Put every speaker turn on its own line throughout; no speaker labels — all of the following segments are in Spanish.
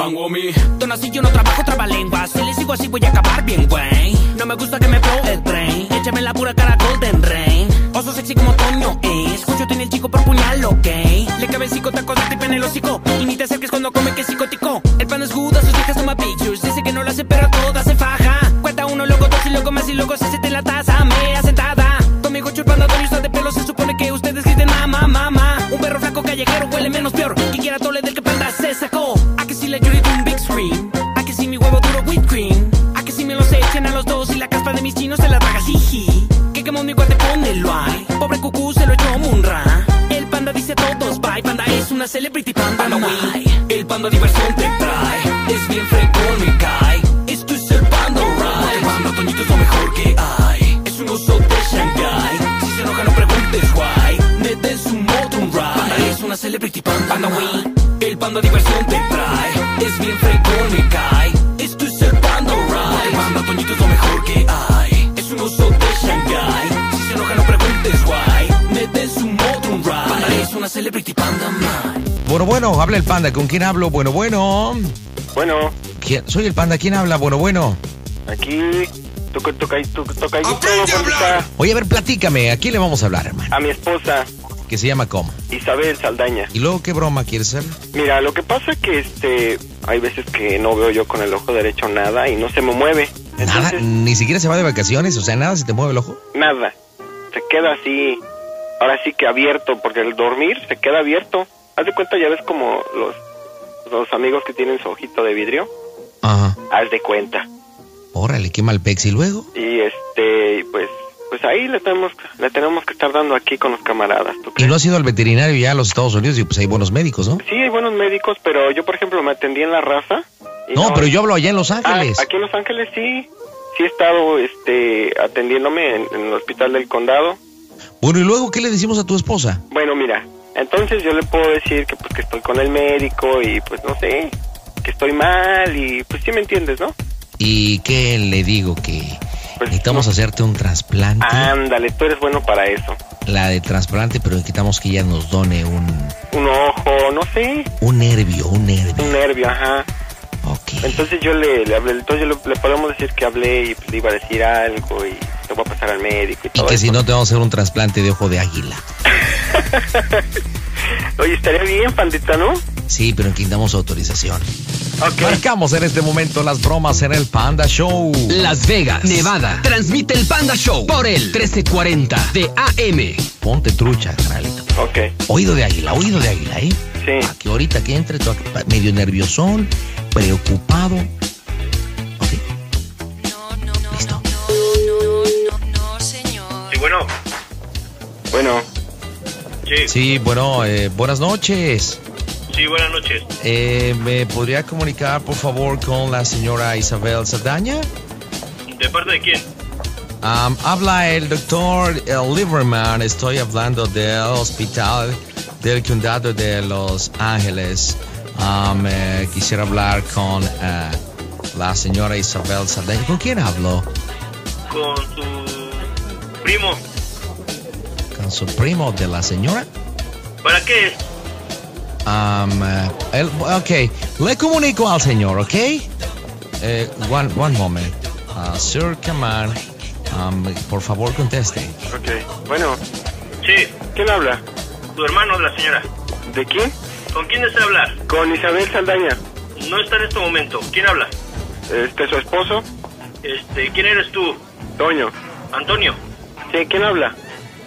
Pangomi. Don así yo no trabajo trabalengua. Si le sigo así voy a acabar bien, güey. No me gusta que me flow el tren. Échame la pura cara Golden Rain. Oso sexy como Toño es. Escucho tiene el chico por puñal, ok. Le cabe el psico, taco de tipa en el hocico. Y ni te acerques cuando come que es psicótico. El pan es Judas, sus hijas toma pictures. Dice que no lo hace, pero todo hace faja. Cuenta uno, luego dos y luego más y luego se siente la taza. Me asentada. Conmigo chupando, doy usted de pelo. Se supone que ustedes griten mamá, mamá. Un perro flaco callejero huele menos peor. Que quiera tole del que panda se sacó. A que si le grito un big screen. A que si mi huevo duro whipped cream. A que si me los echen a los dos y la caspa de mis chinos se la traga jiji. Que quemó mi guate con el ay. Pobre cucú se lo echó Munra. El panda dice a todos bye. Panda es una celebrity panda, no hay. El panda diversión te trae. Es bien fregón y cae. Esto es el panda right. El panda Toñito es lo mejor que hay. Es un oso de Shanghai. Si se enoja no preguntes why. Neta es un motor ride. Panda es una celebrity panda, panda wey. El panda diversión te trae. Es bien fregón y cae. Esto es el panda right. El panda Toñito es lo mejor que hay. Es un oso de Shanghai. Si se enoja no preguntes why. Neta es un motor ride. Panda es una celebrity panda man.
Bueno, bueno, habla el panda. ¿Con quién hablo? Bueno, bueno.
Bueno,
¿Quién- Soy el panda. ¿Quién habla? Bueno, bueno.
aquí toca toca toca toca
Aprende a hablar.
Oye, a ver, platícame. ¿A quién le vamos a hablar, hermano?
a mi esposa
Que se llama cómo.
Isabel Saldaña.
¿Y luego qué broma quieres hacer?
Mira, lo que pasa que este hay veces que no veo yo con el ojo derecho nada y no se me mueve.
Nada,
Entonces,
ni siquiera se va de vacaciones. O sea, nada se te mueve el ojo.
nada. Se queda así. Ahora sí que abierto porque el dormir se queda abierto. Haz de cuenta ya ves como los los amigos que tienen su ojito de vidrio,
Ajá.
haz de cuenta.
Órale, qué mal pex. ¿Y luego?
Y este pues pues ahí le tenemos le tenemos que estar dando aquí con los camaradas, ¿tú
Y
crees?
no has ido al veterinario ya a los Estados Unidos y pues hay buenos médicos, ¿no?
Sí, hay buenos médicos, pero yo, por ejemplo, me atendí en la raza. y
No, pero yo hablo allá en Los
Ah,
Ángeles.
aquí en Los Ángeles sí. Sí he estado este, atendiéndome en, en el hospital del condado.
Bueno, ¿y luego qué le decimos a tu esposa?
Bueno, mira, entonces yo le puedo decir que pues que estoy con el médico y pues no sé, que estoy mal y pues sí me entiendes, ¿no?
¿Y qué le digo? Que
Pues,
necesitamos
no. Ah.
hacerte un trasplante.
Ándale, tú eres bueno para eso.
La de trasplante, pero necesitamos que ella nos done un,
Un ojo, no sé,
un nervio, un
un
nervio.
nervio, ajá.
Ok.
Entonces yo le, le hablé, entonces yo le, le podemos decir que hablé y pues, le iba a decir algo y te voy a pasar al médico y
Y
todo
que
eso.
si no te vamos a hacer un trasplante de ojo de águila.
Oye, estaría bien, pandita, ¿no?
Sí, pero necesitamos autorización.
Ok.
Marcamos en este momento las bromas en el Panda Show.
Las Vegas, Nevada. Transmite el Panda Show por el 1340 de AM.
Ponte trucha, carnalito.
Ok,
Oído de águila, oído de águila, ¿eh?
sí.
Pa' que ahorita que entre, tú acá, medio nerviosón, preocupado. Ok,
No, no, no,
Listo.
no, no, no, no, no, señor.
bueno.
Bueno,
Sí, bueno, eh, buenas noches.
Sí, buenas noches.
Eh, ¿Me podría comunicar, por favor, con la señora Isabel Sardaña?
¿De parte de quién?
Am, Um, habla el doctor eh, Lieberman. Estoy hablando del hospital del condado de Los Ángeles. Am, eh, quisiera hablar con eh, la señora Isabel Sardaña. ¿Con quién hablo?
Con su primo.
¿Con su primo de la señora?
¿Para qué es?
Um, eh, el- ok, le comunico al señor, ¿ok? Eh, one, one moment. Ah, sir, come on. Um, por favor, conteste.
ok. Bueno,
Sí,
¿quién habla?
tu hermano de la señora.
¿De quién?
¿Con quién desea hablar?
Con Isabel Saldaña.
No está en este momento. ¿Quién habla?
Este, su esposo,
Este, ¿quién eres tú?
Toño.
Antonio.
Sí, ¿quién habla?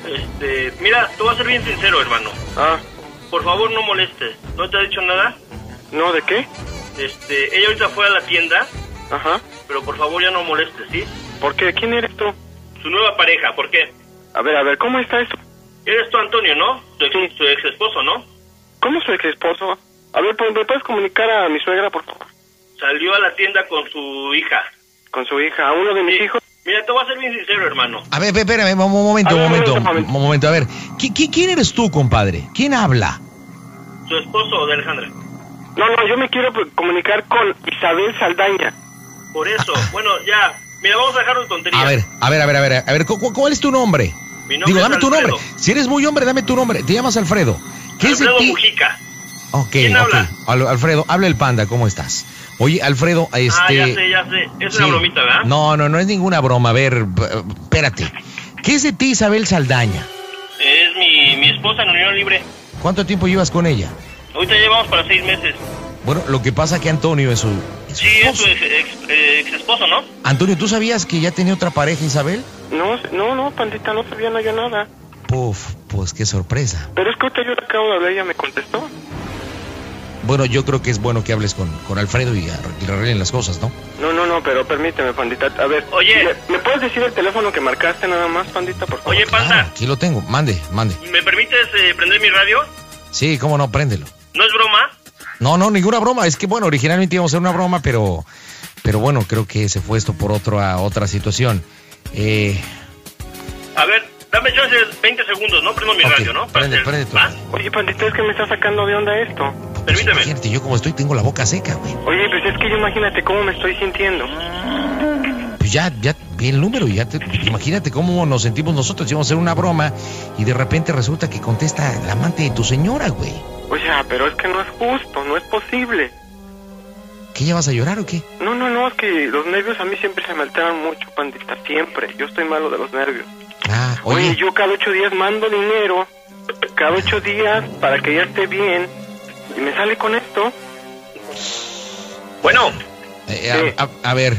Este, mira, tú vas a ser bien sincero, hermano.
Ah,
Por favor, no molestes. ¿No te ha dicho nada?
¿no de qué?
Este, ella ahorita fue a la tienda,
Ajá.
pero por favor ya no molestes, ¿sí?
¿Por qué? ¿Quién eres tú?
Su nueva pareja, ¿por qué?
A ver, a ver, ¿cómo está eso?
Eres tú, Antonio, ¿no? Su ex,
Sí.
su ex esposo, ¿no?
¿Cómo soy ex esposo? A ver, pues, ¿me puedes comunicar a mi suegra, por favor?
Salió a la tienda con su hija.
Con su hija, a uno de mis
Sí.
hijos.
Mira, te voy a ser bien sincero, hermano.
A ver, espérame, un momento,
A
un
ver,
momento,
un momento.
un momento. A ver, ¿qui- qui- ¿quién eres tú, compadre? ¿Quién habla?
Su esposo de Alejandra.
No, no, yo me quiero pues, comunicar con Isabel Saldaña.
Por eso, bueno, ya. Mira, vamos a dejar de tonterías.
A ver, a ver, a ver, a ver, a ver, ¿cu- cu- ¿cuál es tu nombre?
Mi nombre
Digo,
es
dame tu
Alfredo.
nombre. Si eres muy hombre, dame tu nombre. Te llamas Alfredo. ¿Qué es de
Alfredo
ti?
Mujica.
Ok,
¿Quién
ok.
habla?
Al- Alfredo, habla el panda, ¿cómo estás? Oye, Alfredo, este...
Ah, ya sé, ya sé. Es una
Sí.
bromita, ¿verdad?
No, no, no es ninguna broma. A ver, b- espérate. ¿Qué es de ti Isabel Saldaña?
Es mi, mi esposa en unión libre.
¿Cuánto tiempo llevas con ella?
Ahorita llevamos para seis meses.
Bueno, lo que pasa que Antonio es su... es su
Sí, es
esposo.
su ex, ex- eh, exesposo, ¿no?
Antonio, ¿tú sabías que ya tenía otra pareja Isabel?
No, no, no, pandita, no sabía no yo nada.
Puf, pues qué sorpresa.
Pero es que ahorita yo le acabo de hablar y ella me contestó.
Bueno, yo creo que es bueno que hables con, con Alfredo y ar- y arreglen las cosas, ¿no?
No, no, no, pero permíteme, pandita. A ver,
Oye.
¿me, me puedes decir el teléfono que marcaste nada más, pandita, por favor?
Oye,
Claro,
panda,
aquí lo tengo. Mande, mande.
¿me permites eh, prender mi radio?
Sí, cómo no, préndelo.
¿No es broma?
No, no, ninguna broma. Es que, bueno, originalmente íbamos a hacer una broma, pero, pero bueno, creo que se fue esto por otra, otra situación. Eh,
A ver, dame chance 20 segundos, ¿no? Prendo mi
Ok,
radio, ¿no? Para
prende,
hacer-
prende tu
¿Va?
radio.
Oye, pandita, es que me está sacando de onda esto.
pues,
Permíteme.
Fíjate, yo como estoy, tengo la boca seca, güey.
Oye, pues es que yo imagínate cómo me estoy sintiendo.
Pues ya, ya vi el número, y ya te- imagínate cómo nos sentimos nosotros. Íbamos a hacer una broma y de repente resulta que contesta la amante de tu señora, güey.
Oye, pero es que no es justo, no es posible.
¿Qué ya vas a llorar o qué?
No, no, no, es que los nervios a mí siempre se me alteran mucho, pandita, siempre. Yo estoy malo de los nervios.
Ah,
Oye,
oye,
yo cada ocho días mando dinero, cada ocho días para que ella esté bien. Y me sale con esto.
Bueno,
eh, a, a- a ver.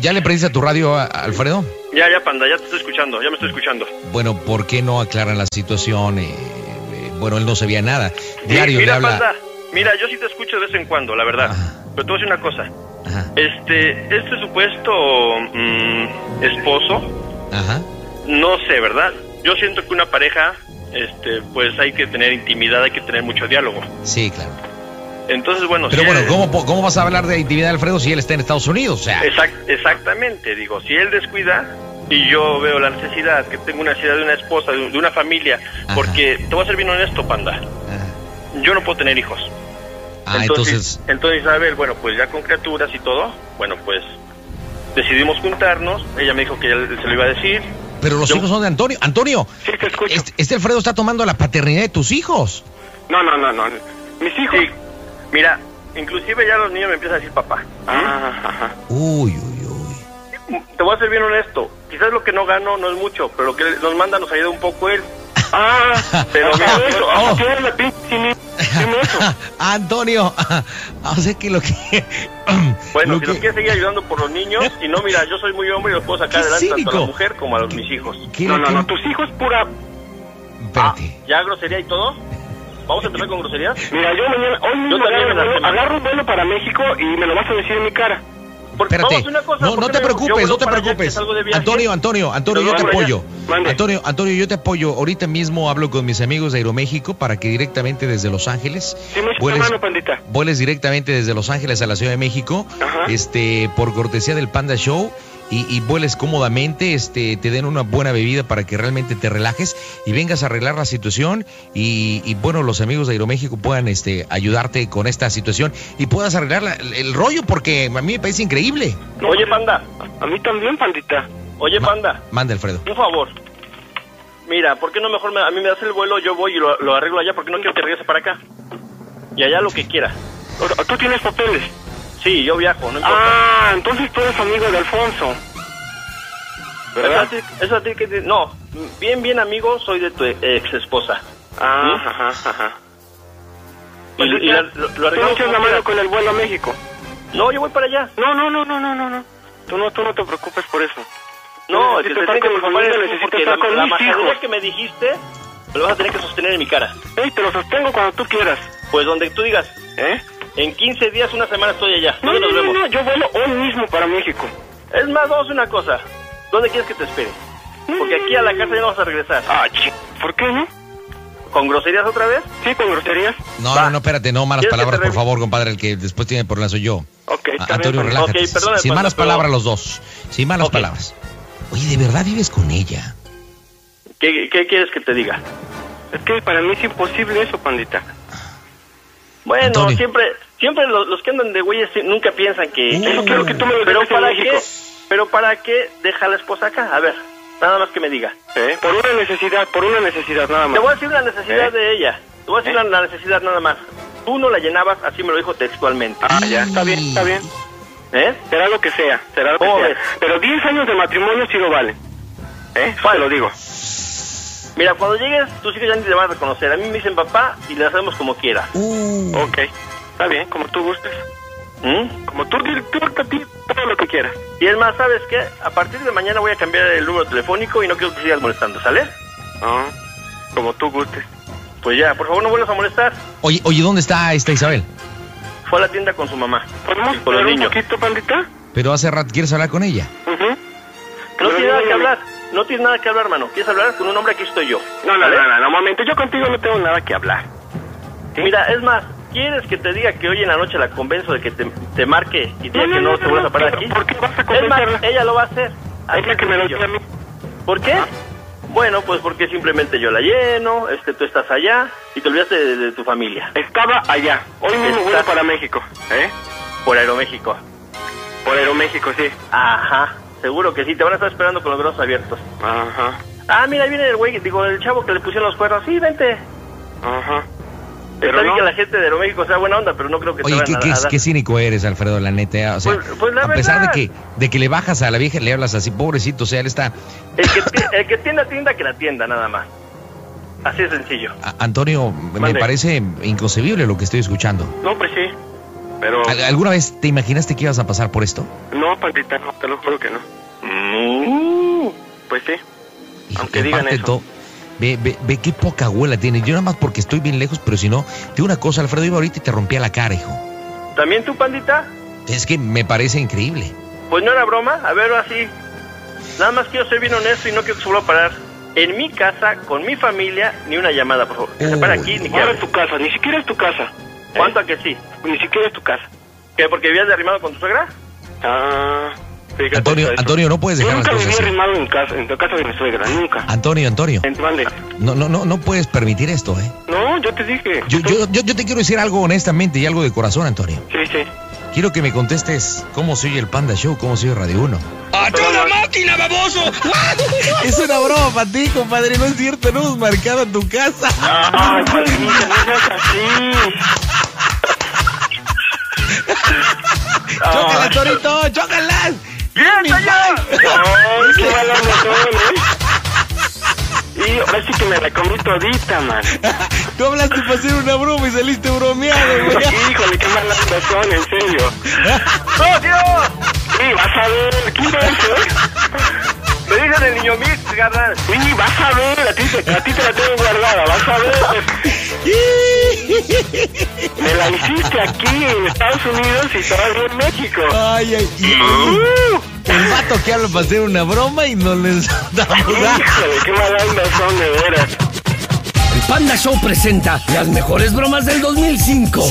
¿Ya le prendiste a tu radio, a- a Alfredo?
ya, ya, panda, ya te estoy escuchando, ya me estoy escuchando.
Bueno, ¿por qué no aclaran la situación? Eh, eh, bueno, él no sabía nada. Diario
Sí,
le
mira,
habla. Ah.
panda, mira, yo sí te escucho de vez en cuando, la verdad.
Ajá.
Pero te voy a decir una cosa.
Ajá,
Este, este supuesto mm, esposo,
ajá.
no sé, ¿verdad? Yo siento que una pareja, este, pues hay que tener intimidad, hay que tener mucho diálogo.
Sí, claro.
Entonces, bueno,
Pero
eh.
si
bueno,
él-
¿cómo, po- cómo vas a hablar de intimidad de Alfredo si él está en Estados Unidos? O sea,
Exact- exactamente, digo, si él descuida y yo veo la necesidad, que tengo una necesidad de una esposa, de, de una familia,
Ajá.
porque te voy a ser bien honesto, panda,
ah,
yo no puedo tener hijos.
ah, entonces,
entonces, a ver, bueno, pues ya con criaturas y todo, bueno, pues decidimos juntarnos, ella me dijo que él se lo iba a decir,
pero los
yo-
hijos son de Antonio. Antonio,
Sí, te escucho.
este, este Alfredo está tomando la paternidad de tus hijos.
No, no, no, no. Mis hijos.
sí, mira, inclusive ya los niños me empiezan a decir papá.
Ah, ajá.
Uy, uy, uy.
Te voy a ser bien honesto, quizás lo que no gano no es mucho, pero lo que nos manda nos ayuda un poco él.
Ah, pero
Oh.
mira eso. Ah, ¿qué es la pinche cine- dime eso.
Antonio, o sea que lo que.
Bueno,
lo
si nos
que-
quieres seguir ayudando por los niños, y no, mira, yo soy muy hombre y los puedo sacar
¡Qué
adelante tanto a
cínico!
la mujer como a los, mis hijos.
que
No,
lo
no,
que-
no, tus hijos pura...
Espérate.
Ah, ¿Ya grosería y todo? ¿Vamos a empezar con groserías?
Mira, yo mañana, hoy mismo
también
agarro,
me la
un vuelo-
sé, man.
agarro un vuelo para México y me lo vas a decir en mi cara.
Porque
Espérate.
vamos a una cosa,
no,
¿por
no
qué
te
me- yo
preocupes,
vuelvo
no te
para allá, que
preocupes.
salgo de viaje?
Antonio, Antonio, Antonio,
Pero
yo te
vamos allá.
apoyo.
Mande.
Antonio, Antonio, yo te apoyo. Ahorita mismo hablo con mis amigos de Aeroméxico para que directamente desde Los Ángeles
Sí, me echas la
vueles,
mano, pandita.
vueles directamente desde Los Ángeles a la Ciudad de México,
Ajá.
este, por cortesía del Panda Show. Y, y vueles cómodamente, este, te den una buena bebida para que realmente te relajes y vengas a arreglar la situación y, y, bueno, los amigos de Aeroméxico puedan este, ayudarte con esta situación y puedas arreglar la- el rollo porque a mí me parece increíble.
Oye, panda,
A mí también, pandita.
oye, panda,
Manda, Alfredo.
un favor. Mira, ¿por qué no mejor me- a mí me das el vuelo, yo voy y lo, lo arreglo allá, porque no quiero que regrese para acá? Y allá lo que quiera.
O sea, Tú tienes papeles.
Sí, yo viajo, no importa.
Ah, entonces tú eres amigo de Alfonso.
Es
¿Verdad?
a ti- es a ti que te- No, bien, bien amigo, soy de tu ex esposa.
Ah, ajá, ajá.
Y,
Pues,
y la- lo, lo
tú me
arreglamos
echas
como
la mano
quieras.
con el vuelo a México.
No, yo voy para allá.
No, no, no, no, no, no, no. Tú no, tú no te preocupes por eso. Necesito
No, el que te
estar
tiene que
con mi
preocupar
familia,
eres tú,
necesito
porque
estar
la,
con
la
mis
majadería
hijos.
que me dijiste, lo vas a tener que sostener en mi cara.
Ey, te lo sostengo cuando tú quieras.
Pues donde tú digas,
¿Eh?
en 15 días, una semana estoy allá.
No,
¿Dónde
no,
nos
no,
vemos?
no, yo vuelo hoy mismo para México.
Es más, vamos a una cosa. ¿Dónde quieres que te espere? Porque aquí a la casa ya no vas a regresar.
Ah, chi. ¿Por qué no?
¿Con groserías otra vez?
Sí, con groserías.
No,
Va.
no, no, espérate, no malas
¿Quieres que
palabras,
te
por
revi-
favor, compadre, el que después tiene problemas soy yo.
Ok,
A-
está
Antonio,
bien.
relájate.
Ok, perdóname,
sin
Panda,
malas
pero-
palabras los dos. Sin malas
Ok.
palabras. Oye, ¿de verdad vives con ella?
¿Qué, qué quieres que te diga?
Es que para mí es imposible eso, pandita.
Bueno,
Antonio.
siempre siempre lo- los, que andan de güeyes sí- nunca piensan que...
Uh. Eso quiero que tú
me lo
Pero
digas en
¿para
México.
qué? ¿Pero para qué deja a la esposa acá? A ver, nada más que me diga.
¿Eh? Por una necesidad, por una necesidad nada
Te
más.
voy a decir la necesidad
¿Eh?
de ella. Te voy a decir la, la necesidad nada más. Tú no la llenabas, así me lo dijo textualmente.
Ah, ya, está bien, está bien.
¿Eh?
Será lo que sea, será lo que
¿Cómo
sea.
ves?
Pero 10 años de matrimonio sí lo vale. ¿Eh? Eso te lo digo.
Mira, cuando llegues, tus hijos ya ni te van a reconocer. A mí me dicen papá y le hacemos como quiera.
Uh.
Ok. Está bien, como tú gustes.
¿Mm?
Como tú, tú, a ti, todo lo que quieras.
Y es más, ¿sabes qué? A partir de mañana voy a cambiar el número telefónico y no quiero que sigas molestando, ¿sale?
Ah, como tú gustes.
Pues ya, por favor no vuelvas a molestar.
Oye, oye, ¿dónde está esta Isabel?
Fue a la tienda con su mamá.
¿Podemos
Y con los
esperar un
niños.
poquito, pandita?
Pero hace rato quieres hablar con ella.
Ujú.
No
Pero
tienes nada
no,
que
no,
hablar. No tienes nada que hablar, hermano. ¿Quieres hablar con un hombre? Aquí estoy yo.
No, no,
¿Sale?
no, no, no, un momento, yo contigo no tengo nada que hablar.
Mira, es más, ¿quieres que te diga que hoy en la noche la convenzo de que te, te marque y te
No,
diga
no,
que no,
no,
te
no,
vuelvas
no,
a parar
pero
aquí?
¿por qué vas a
es más, eh,
convencerla?
ella lo va a hacer.
Es la que me lo dice a mí. Ah.
¿Por qué? Bueno, pues porque simplemente yo la lleno, este, tú estás allá y te olvidaste de, de tu familia,
Estaba allá. Hoy mismo
Está-
vuelo para México, ¿eh?
por Aeroméxico.
Por Aeroméxico, sí.
Ajá, seguro que sí, te van a estar esperando con los brazos abiertos.
Ajá,
Ah, mira, ahí viene el güey, digo, el chavo que le pusieron los cuernos. Sí, vente.
ajá.
Está
Pero
bien
no,
que la gente de Aeroméxico sea buena onda, pero no creo que
Oye,
te
¿qué,
vayan a-
qué-
a dar-
qué cínico eres, Alfredo, la neta. ¿eh? O sea,
Pues- pues la
a pesar de
verdad.
que, de que le bajas a la vieja y le hablas así, pobrecito, o sea, él está...
El que, ti- el que tienda tienda, que la tienda, nada más. Así de sencillo.
A- Antonio, me
Mande.
parece inconcebible lo que estoy escuchando.
no, pues sí. Pero
¿Al- ¿Alguna vez te imaginaste que ibas a pasar por esto?
no, pandita, no, te lo juro que no. Pues sí.
Hijo,
Aunque
y
digan
aparte de
eso.
todo, Ve, ve, ve qué poca abuela tiene. Yo nada más porque estoy bien lejos, pero si no, te digo una cosa, Alfredo iba ahorita y te rompía la cara, hijo.
¿También tú, pandita?
Es que me parece increíble.
Pues no era broma, a ver, así. Nada más quiero ser bien honesto y no quiero que se vuelva a parar. En mi casa, con mi familia, ni una llamada, por favor. Que se para
Uy.
aquí, ni
Ahora
que
es
hable. ¿Eh?
tu casa, ni siquiera es tu casa. Pues
¿Cuánto a que sí?
Ni siquiera es tu casa.
¿Que porque vivías derrimado con tu suegra?
Ah, fíjate
Antonio,
hasta eso.
Antonio, no puedes
Yo
dejar las
nunca
cosas
viví
así.
arrimado en casa, en casa de mi suegra, nunca.
Antonio, Antonio,
En- mande.
no, no, no, no puedes permitir esto, ¿eh?
No, yo te dije.
Yo, yo, yo, yo te quiero decir algo honestamente y algo de corazón, Antonio.
Sí, sí.
Quiero que me contestes cómo se oye el Panda Show, cómo se oye Radio 1. Es una broma, ti, compadre, no es cierto, no hemos marcado en tu casa.
Ay, pandita, no seas así.
¡Chócalas, Torito! ¡Chócalas!
¡Bien,
Ay, qué mala razón, ¿eh? Y ahora sí que me la comí todita, man.
Tú hablaste para hacer una broma y saliste bromeado, güey.
Híjole, qué mala razón, en serio.
¡No, tío!
Sí, vas a ver, ¿qué pasa?
Me dicen el niño mix, carnal.
Sí, vas a ver, a ti, te- a ti te la tengo guardada, vas a ver. Me la hiciste aquí en Estados Unidos y todavía en México. ¡Uh!
Ay, ay, y- El vato que habla para hacer una broma y no les damos nada.
Híjole, qué mala onda son de veras.
El Panda Show presenta las mejores bromas del 2005.